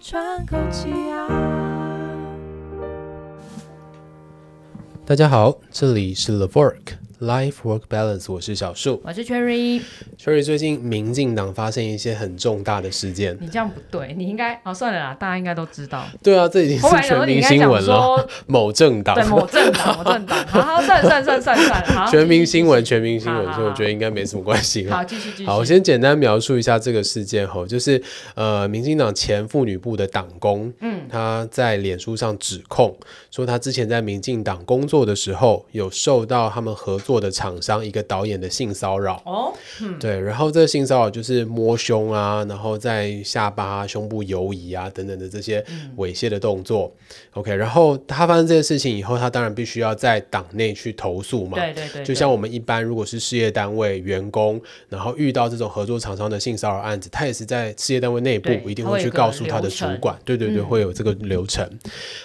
喘口气啊！大家好，这里是 The Work Life Work Balance，我是小树。我是 Cherry， Cherry 最近民进党发生一些很重大的事件，你这样不对，你应该哦算了啦，大家应该都知道。对啊，这已经我是本来想全说你应民该新讲闻了。说某政党对，某政党，某政党，好好算算算算算，好， 全民新闻，全民新闻好，好所以我觉得应该没什么关系好了。继续继续。好，我先简单描述一下这个事件吼，就是呃，民进党前妇女部的党工，嗯，他在脸书上指控说，他之前在民进党工作的时候，有受到他们合作的厂商一个导演的性骚扰。哦，对，然后这个性骚扰就是摸胸啊，然后在下巴啊、胸部游移啊等等的这些猥亵的动作。OK，然后他发生这件事情以后，他当然必须要在党内去投诉嘛。对对对，就像我们一般，如果是事业单位员工，然后遇到这种合作厂商的性骚扰案子，他也是在事业单位内部对一定他会会有去个告诉他流的主程嗯管，对对对，会有这个流程。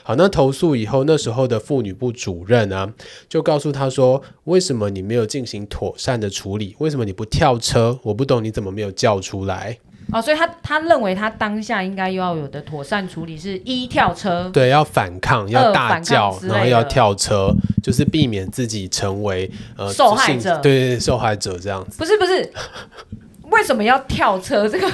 好，那投诉以后，那时候的妇女部主任啊，就告诉他说，为什么你没有进行妥善的处理？为什么你不跳车？我不懂你怎么没有叫出来？哦，所以他他认为他当下应该要有的妥善处理是一跳车，对，要反抗，要嗯呃大反抗叫，之然后类要的跳车，就是避免自己成为呃受害性者对对对，受害者这样子。不是 不是，为什么要跳车？这个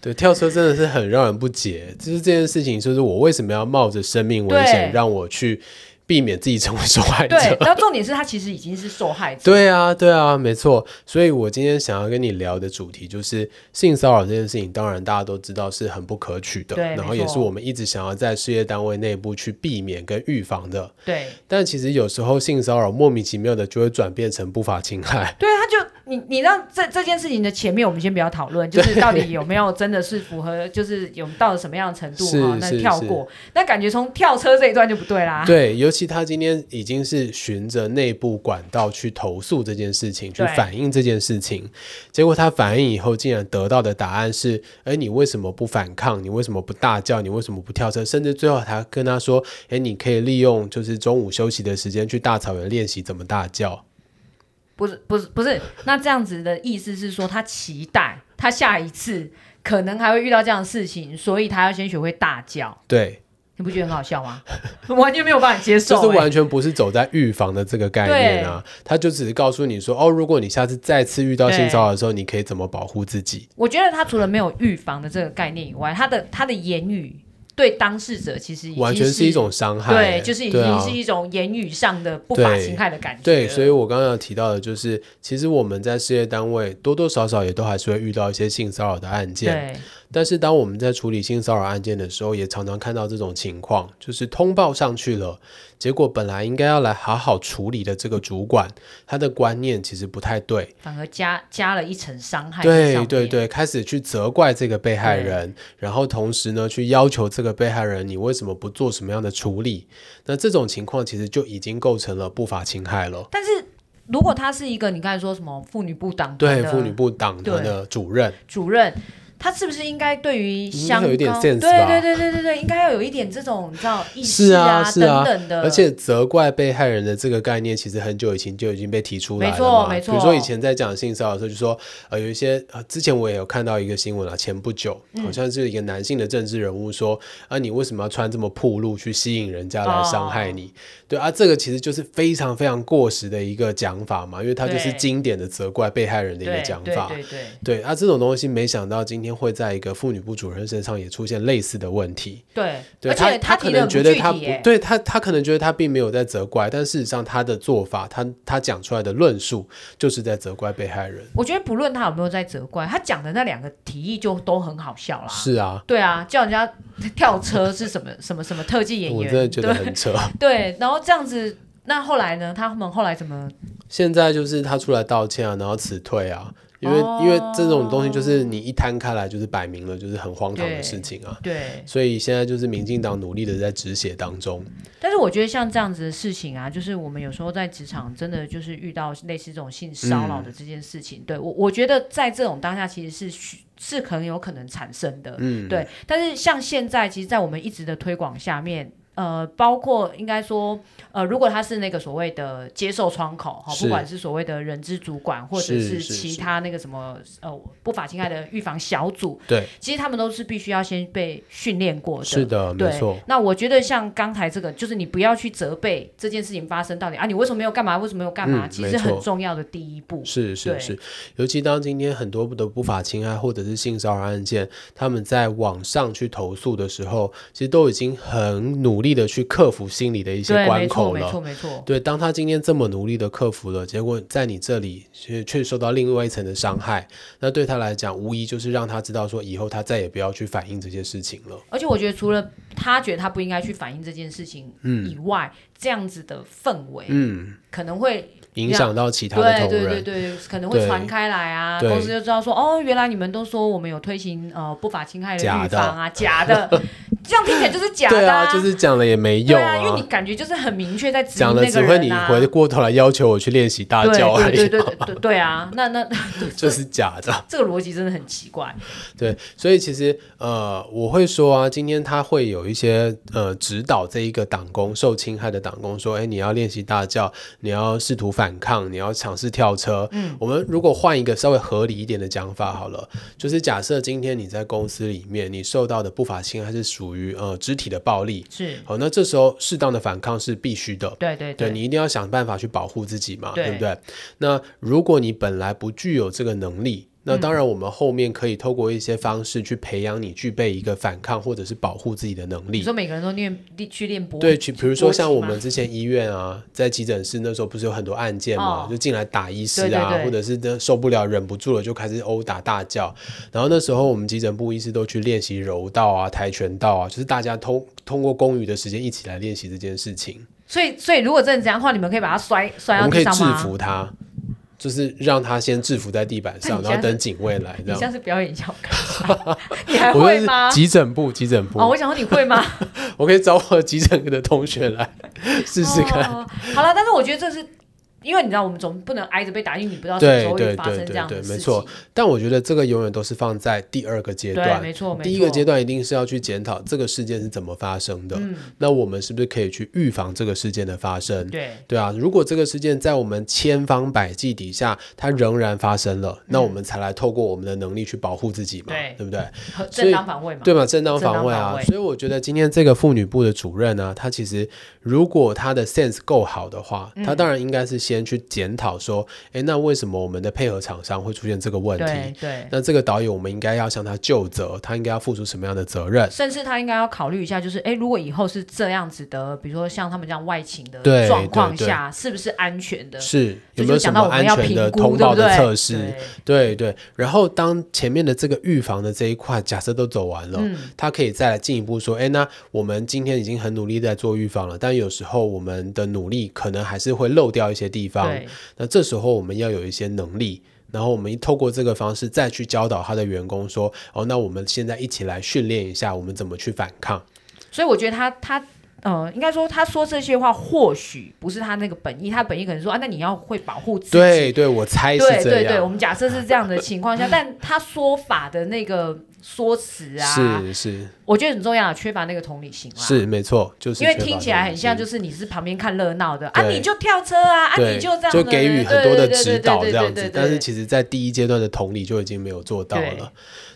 对，跳车真的是很让人不解。就是这件事情，就是我为什么要冒着生命危险对让我去避免自己成为受害者？对，然后重点是他其实已经是受害者， 对啊，对啊，没错。所以我今天想要跟你聊的主题就是性骚扰这件事情。当然，大家都知道是很不可取的，对然后没也错是我们一直想要在事业单位内部去避免跟预防的。对但其实有时候性骚扰莫名其妙的就会转变成不法侵害。对，他就你你让这这件事情的前面我们先不要讨论，就是到底有没有真的是符合，就是有到了什么样的程度是哈，那是跳是过，那感觉从跳车这一段就不对啦。对，尤其他今天已经是循着内部管道去投诉这件事情，去对反映这件事情，结果他反映以后，竟然得到的答案是：哎，你为什么不反抗？你为什么不大叫？你为什么不跳车？甚至最后还跟他说：哎，你可以利用就是中午休息的时间去大草原练习怎么大叫。不是不是不是，那这样子的意思是说，他期待他下一次可能还会遇到这样的事情，所以他要先学会大叫。对，你不觉得很好 笑吗？完全没有办法接受、就是欸。完全不是走在预防的这个概念啊，他就只是告诉你说：哦，如果你下次再次遇到性对骚扰的时候，你可以怎么保护自己。我觉得他除了没有预防的这个概念以外，他的他的言语对当事者其实已经完全是是一种伤害欸、对，就是已对啊经是一种言语上的不法侵害的感觉。对，所以以我刚刚有提到的，就是其实我们在事业单位多多少少也都还是会遇到一些性骚扰的案件，对但是当我们在处理性骚扰案件的时候，也常常看到这种情况，就是通报上去了，结果本来应该要来好好处理的这个主管，他的观念其实不太对，反而加加了一层伤害在上对对面。对，开始去责怪这个被害对人，然后同时呢，去要求这个被害人你为什么不做什么样的处理，那这种情况其实就已经构成了不法侵害了。但是如果他是一个你刚才说什么妇女部党对团的妇女部党团的主任，主任，他是不是应该对于应香该有一点港 sense 对吧对对对对对，应该要有一点这种你知道意是识啊是啊等等的，而且责怪被害人的这个概念，其实很久以前就已经被提出来没了错嘛。没错比如说以前在讲性骚扰的时候，就说呃有一些呃之前我也有看到一个新闻啊，前不久、嗯好像是一个男性的政治人物说啊你为什么要穿这么暴露去吸引人家来伤害你？哦对啊，这个其实就是非常非常过时的一个讲法嘛，因为它就是对经典的责怪被害人的一个对讲法。对对对，对啊，这种东西没想到今天会在一个妇女部主任身上也出现类似的问题。对，对而且他可提的能很觉具得体他耶对他，他可能觉得他并没有在责怪，但事实上他的做法，他他讲出来的论述就是在责怪被害人。我觉得不论他有没有在责怪，他讲的那两个提议就都很好笑啦。是啊，对啊，叫人家跳车是什么什么什么特技演我员，真的觉得对很扯。 对，然后这样子，那后来呢？他们后来怎么？现在就是他出来道歉啊，然后辞退啊，因为、哦因为这种东西就是你一摊开来就是摆明了就是很荒唐的对事情啊。对，所以现在就是民进党努力的在止血当中，但是我觉得像这样子的事情啊，就是我们有时候在职场真的就是遇到类似这种性骚嗯扰的这件事情，对我我觉得在这种当下其实是需是很有可能产生的，嗯，对。但是像现在，其实，在我们一直的推广下面。呃，包括应该说，呃，如果他是那个所谓的接受窗口，哈，是不管是所谓的人资主管，或者是是是其是他那个什么呃不法侵害的预防小组，对，其实他们都是必须要先被训练过的。是的，没对错，那我觉得像刚才这个，就是你不要去责备这件事情发生到底啊，你为什么没有干嘛？为什么没有干嘛？嗯其没实很错重要的第一步。是是对是，尤其当今天很多的不法侵害或者是性骚扰案件，他们在网上去投诉的时候，其实都已经很努力的去克服心理的一些对，关没错，口没了。错，没错。对，当他今天这么努力的克服了，结果在你这里却却受到另外一层的伤害，那对他来讲，无疑就是让他知道说，以后他再也不要去反映这些事情了。而且我觉得，除了他觉得他不应该去反映这件事情以外，这样子的氛围，嗯，可能会影让响到其他的对同对仁。对对，可能会对啊传开来啊，对公司就知道说，哦，原来你们都说我们有推行呃不法侵害的假预的防啊，假的， 这样听起来就是假对的、啊，就是讲了也没对用啊，因为你感觉就是很明确在指讲引了那个只会你人啊。回过头来要求我去练习大叫而对已对对，对对对对啊，那那对这是假的。这个逻辑真的很奇怪。对，所以其实呃，我会说啊，今天他会有一些呃指导这一个党工受侵害的党工说，哎，你要练习大叫，你要试图反抗，你要尝试跳车。嗯，我们如果换一个稍微合理一点的讲法好了，就是假设今天你在公司里面你受到的不法侵害是属于呃肢体的暴力，是，好，那这时候适当的反抗是必须的。对对对你一定要想办法去保护自己嘛，对不对？那如果你本来不具有这个能力，嗯那当然我们后面可以透过一些方式去培养你具备一个反抗或者是保护自己的能你力。说每个人都练练去练搏，对，去比如说搏击像我吗们之前医院啊，在急诊室那时候不是有很多案件嘛，哦就进来打医师啊，对对对或者是真的受不了忍不住了就开始殴打大叫。然后那时候我们急诊部医师都去练习柔道啊、跆拳道啊，就是大家通通过公余的时间一起来练习这件事情。所以所以如果真的这样的话，你们可以把它摔摔我到们可地以上制吗？服他，就是让他先制服在地板上，你然后家等警卫来这你样。像是表演小看， 你还我会就是吗？急诊部，急诊部，哦，我想说你会吗？我可以找我急诊的同学来 试试看。哦好了，但是我觉得这是。因为你知道，我们总不能挨着被打，因为你不知道什么对时候会对发对生这对样的对事没情。错但我觉得这个永远都是放在第二个阶对，段。没错，没错。第一个阶段一定是要去检讨这个事件是怎么发生的，嗯那我们是不是可以去预防这个事件的发生？对，对啊，如果这个事件在我们千方百计底下，它仍然发生了，那我们才来透过我们的能力去保护自己嘛，嗯对对不对？和所正以当防卫嘛。对嘛，正当正防当卫防啊卫。所以我觉得今天这个妇女部的主任呢、她其实如果她的 sense 够好的话，嗯她当然应该是先去检讨说，诶，那为什么我们的配合厂商会出现这个问对题？对，那这个导演我们应该要向他就责，他应该要付出什么样的责任？甚至他应该要考虑一下，就是哎，诶如果以后是这样子的，比如说像他们这样外勤的对状况对下，是不是安全的？是有没这有就什讲么到我安们要全评的估，通对报不的对？测试？对对对，然后当前面的这个预防的这一块假设都走完了，嗯他可以再来进一步说，哎，那我们今天已经很努力在做预防了，但有时候我们的努力可能还是会漏掉一些地方，对那这时候我们要有一些能力。然后我们透过这个方式再去教导他的员工说，哦，那我们现在一起来训练一下，我们怎么去反抗。所以我觉得他他呃，应该说他说这些话，或许不是他那个本意，他本意可能说啊，那你要会保护自己。对对，我猜是对这对对，我样，们假设是这样的情况下，但他说法的那个说辞啊，是是我觉得很重要，缺乏那个同理心啦。是，没错，就是因为缺乏听起同来理嗯很像，心就是你是旁边看热闹的啊，对你就跳车啊，啊对，你这样就的，给予很多的指导这对样子对对对对对对，但是其实，在第一阶段的同理就已经没有做到了。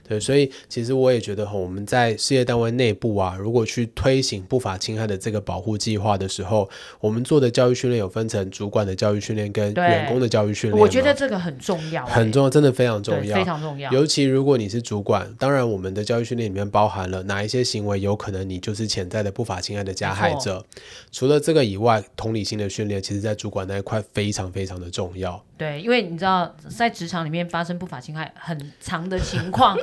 对，所以其实我也觉得哈，我们在事业单位内部啊，如果去推行不法侵害的这个保护计划的时候，我们做的教育训练有分成主管的教育训练跟对员工的教育训练嘛，我觉得这个很重要欸，很重要，真的非常重对要非。常重要。尤其如果你是主管，当然我们的教育训练里面包含了哪一些行为有可能你就是潜在的不法侵害的加害者。除了这个以外，同理心的训练其实在主管那一块非常非常的重要。对，因为你知道，在职场里面发生不法侵害很长的情 况，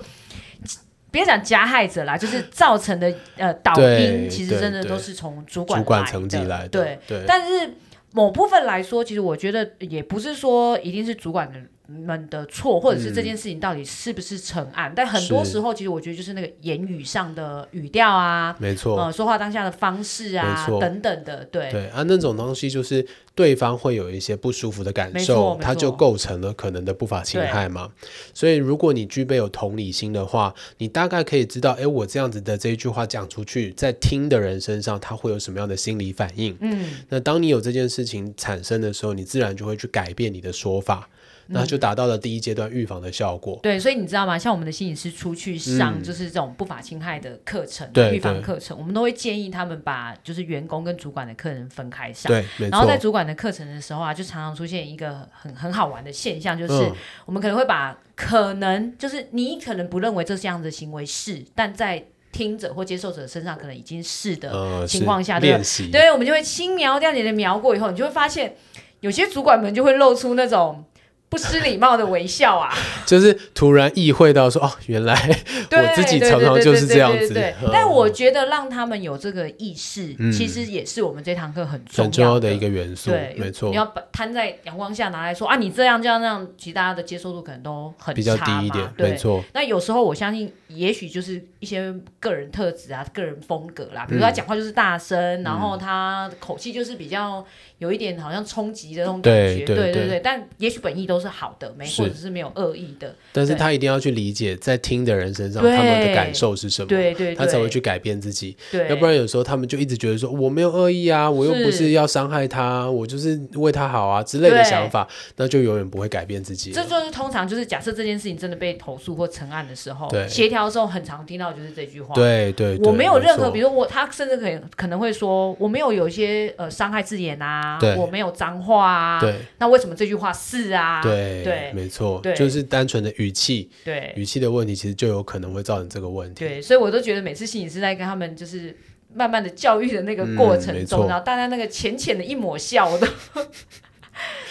别讲加害者啦，就是造成的呃导因，对其实对真的都对是从主管主管的层级来的，对，对但是某部分来说，其实我觉得也不是说一定是主管的们的错，或者是这件事情到底是不是成嗯案，但很多是时候其实我觉得就是那个言语上的语调啊，没错。呃，说话当下的方式没啊错等等的，对对啊，那种东西就是对方会有一些不舒服的感没错受没，它就错构成了可能的不法侵对害嘛。所以，如果你具备有同理心的话，你大概可以知道，诶，我这样子的这一句话讲出去，在听的人身上，他会有什么样的心理反应。嗯，那当你有这件事情产生的时候，你自然就会去改变你的说法，那嗯就达到了第一阶段预防的效果。对，所以你知道吗？像我们的心理师出去上嗯就是这种不法侵害的课程、对预防对课程，我们都会建议他们把就是员工跟主管的客人分开上。对，没然后在错。主管的课程的时候啊，就常常出现一个很很好玩的现象，就是嗯我们可能会把可能就是你可能不认为这样的行为是，但在听者或接受者身上可能已经是的呃，情是况下对练习，对，我们就会轻描掉你的描过以后，你就会发现有些主管们就会露出那种不失礼貌的微笑啊。就是突然意会到说，哦，原来对我自己对常对常对就对是对这样对子对嗯但我觉得让他们有这个意识，嗯其实也是我们这堂课很重很重要的的一个元素对，，没错你。要把摊在阳光下拿来说啊，你这样这样那样，其实大家的接受度可能都很比较差低一嘛点，没对。错，那有时候我相信，也许就是一些个人特质啊、个人风格嗯啦，比如说他讲话就是大声，然后他口气就是比较有一点好像冲击的那种感对觉，对对对对。但也许本意都是好的，没是或者是没有恶意的，但是对他一定要去理解，在听的人身上他们的对感受是什么，对对对，他才会去改变自己。对，要不然有时候他们就一直觉得说我没有恶意啊，我又不是是要伤害他，我就是为他好啊之类的对想法，那就永远不会改变自己了。这就是通常就是假设这件事情真的被投诉或成案的时候对，协调的时候很常听到就是这句话，对对，我没有任何，比如如说我，他甚至可以可能会说，我没有有一些呃伤害字眼啊对，我没有脏话啊，对那为什么这句话是啊？对对没错，对就是单纯的语气，对语气的问题，其实就有可能会造成这个问题。对，所以我都觉得每次心理师在跟他们就是慢慢的教育的那个过嗯没程中，错然后大家那个浅浅的一抹 笑，我都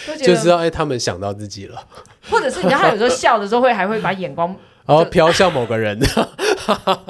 都觉就得，知道哎，他们想到自己了，或者是你知道他有时候笑的时候会还会把眼光，然后飘向某个人，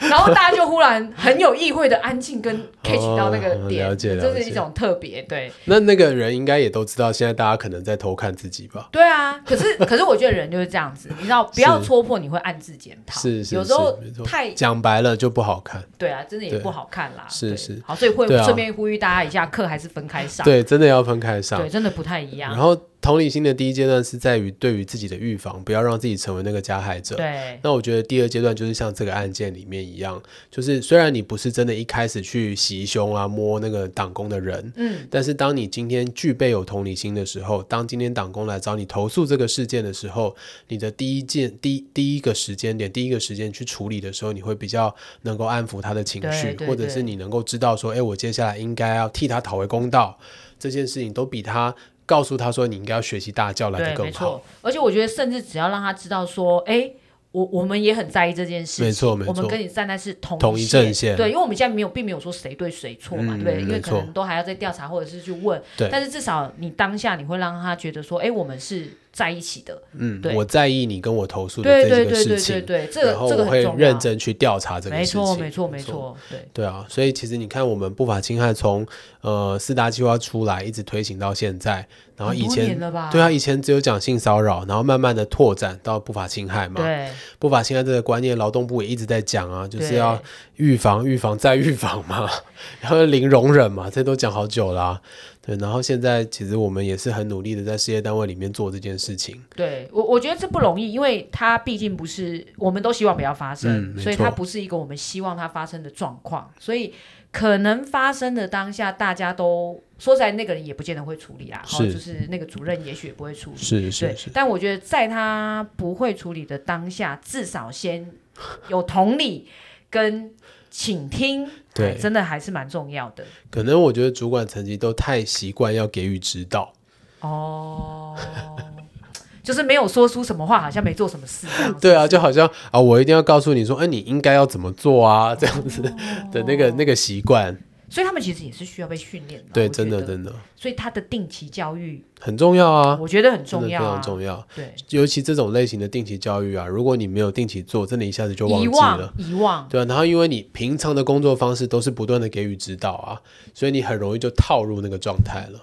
然后大家就忽然很有意会的安静跟 catch 到那哦个点，了解了这解是一种特别对。那那个人应该也都知道，现在大家可能在偷看自己吧？对啊，可是可是我觉得人就是这样子，你知道，不要是戳破，你会暗自检讨。是是有时候是没错太讲白了就不好看，对啊，真的也对不好看啦。是对是好，所以会对啊顺便呼吁大家一下，课还是分开上。对，真的要分开上对，。真的不太一然样。后同理心的第一阶段是在于对于自己的预防，不要让自己成为那个加害者。对那我觉得第二阶段就是像这个案件里面一样，就是虽然你不是真的一开始去袭胸啊摸那个党工的人，嗯，但是当你今天具备有同理心的时候，当今天党工来找你投诉这个事件的时候，你的第一件第第一个时间点、第一个时间去处理的时候，你会比较能够安抚他的情绪对，对或者是对你能够知道说，哎，我接下来应该要替他讨回公道，这件事情都比他告诉他说你应该要学习大叫来对的，没更好。错。而且我觉得，甚至只要让他知道说，哎，我我们也很在意这件事情，没错没错我们跟你站在是同同一阵线对，因为我们现在没有，并没有说谁对谁错嘛，嗯对不对？因为没可错能都还要再调查，或者是去问。对但是至少你当下你会让他觉得说，哎，我们是在一起的。嗯，对我在意你跟我投诉的对这对个对事对对情，对，这然个后这个我很会重要认真去调查这个没事情。错没错没。错，对对啊，所以其实你看，我们不法侵害从呃四大计划出来，一直推行到现在，然后很以多前年了吧对啊，以前只有讲性骚扰，然后慢慢的拓展到不法侵害嘛。对不法侵害这个观念，劳动部也一直在讲啊，就是对要预防、预防再预防嘛， 然后零容忍嘛，这都讲好久啦、对，然后现在其实我们也是很努力的在事业单位里面做这件事情。对，我我觉得这不容易，因为它毕竟不是我们都希望不要发生，嗯没所以它错不是一个我们希望它发生的状况，所以可能发生的当下，大家都说实在，那个人也不见得会处理啦，是哦，就是那个主任也许也不会处理。是对是是，，但我觉得在他不会处理的当下，至少先有同理跟倾听，对哎真的还是蛮重要的。可能我觉得主管层级都太习惯要给予指导。哦， 就是没有说出什么话，好像没做什么事这样子。对啊，就好像啊，我一定要告诉你说，哎、你应该要怎么做啊，这样哦子 的那个那个习惯，所以他们其实也是需要被训练的。对，我觉真的得真的所以他的定期教育，很重要啊，我觉得很重真的要非啊常。重要。对，尤其这种类型的定期教育啊，如果你没有定期做，真的一下子就忘遗记忘了。遗忘，对啊，然后因为你平常的工作方式都是不断的给予指导啊，所以你很容易就套入那个状态了。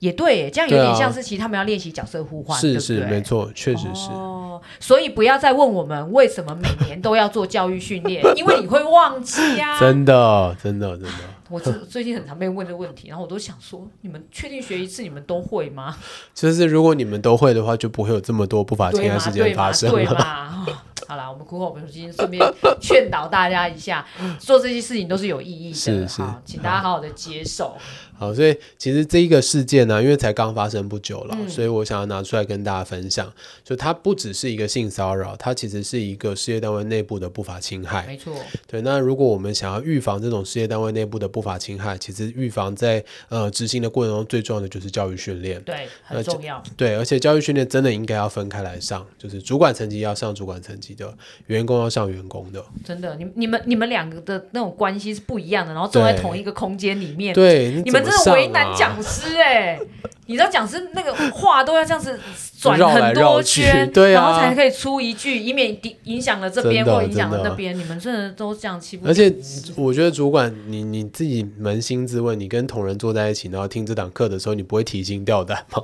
也对耶，这样有对点啊像是其实他们要练习角色互换，对是不啊是，对没。错，确实是。哦，所以不要再问我们 为什么每年都要做教育训练，因为你会忘记啊。真的，真的，真的，我最最近很常被问这个问题，然后我都想说，你们确定学一次你们都会吗？就是如果你们都会的话，就不会有这么多不法侵对害嘛啊事件对发嘛生对了。嘛。哦好啦，我们苦口婆心，顺便劝导大家一下， 做这些事情都是有意义的，是是好，请大家好好的接受。好，所以其实这一个事件呢、因为才刚发生不久嗯了，所以我想要拿出来跟大家分享，就它不只是一个性骚扰，它其实是一个事业单位内部的不法侵害。没错，对，那如果我们想要预防这种事业单位内部的不法侵害，其实预防在呃执行的过程中最重要的就是教育训练。对，很重要。对，而且教育训练真的应该要分开来上，就是主管层级要上主管层级的，员工要上员工的。真的，你你们你们两个的那种关系是不一样的，然后坐在对同一个空间里面，对，你你们怎真么的为上难啊讲师哎、你知道讲师那个话都要这样子转绕来很绕多去圈，对啊然后才可以出一句，以免影影响了这边真的或影响了真的那边。你们真的都这样欺负而讲且师，我觉得主管，你你自己扪心自问，你跟同仁坐在一起，然后听这档课的时候，你不会提心吊胆吗？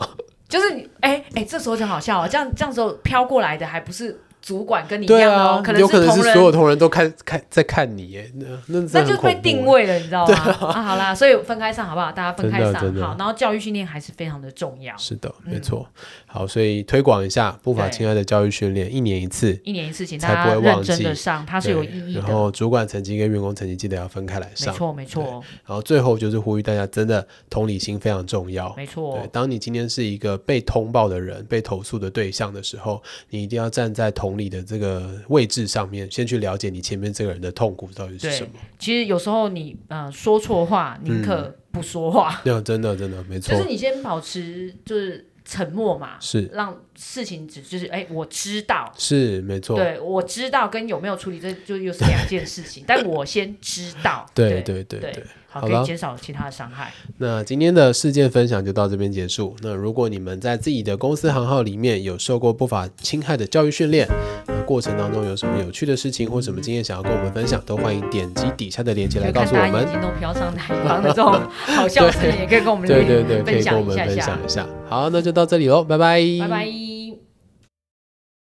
就是你哎哎，这时候就好笑嗯哦，这样这样时候飘过来的还不是主管跟你一对样的啊哦，，可能有可能同是仁所有同仁都看看在看你耶，那那真那的很就恐被怖欸定耶。位了，你 知道吗？啊，好啦，所以分开上好不好？大家分开上真的真的好，然后教育训练还是非常的重要，是的，没错。嗯好，所以推广一下不法对侵害的教育训练，一年一次。一年一次，请才大不家会忘认真记的上，它是有对意义然的。后主管层级跟员工层级记得要分开来没上。错，没错，然后最后就是呼吁大家，真的同理心非常重要。没对，错，当你今天是一个被通报的人、被投诉的对象的时候，你一定要站在同理的这个位置上面，先去了解你前面这个人的痛苦到底是什么。其实有时候你呃说错话，宁可不说话，那 真的真的嗯没错就，是你先保持就是沉默嘛，是让事情只就是哎我知道，是没错，对我知道跟有没有处理这就又是两件事情，但我先知道，对对对对对。好好可了以减少其他的伤害。那今天的事件分享就到这边结束。那如果你们在自己的公司行号里面有受过不法侵害的教育训练，那过程当中有什么有趣的事情或什么经验想要跟我们分享，都欢迎点击底下的链接来就告看诉我大家们眼。睛都飘上哪一方的这种 好笑的事情，也可以跟我们对对对，可分以跟我享们一下分享下。一下。好，那就到这里喽，拜拜，拜拜。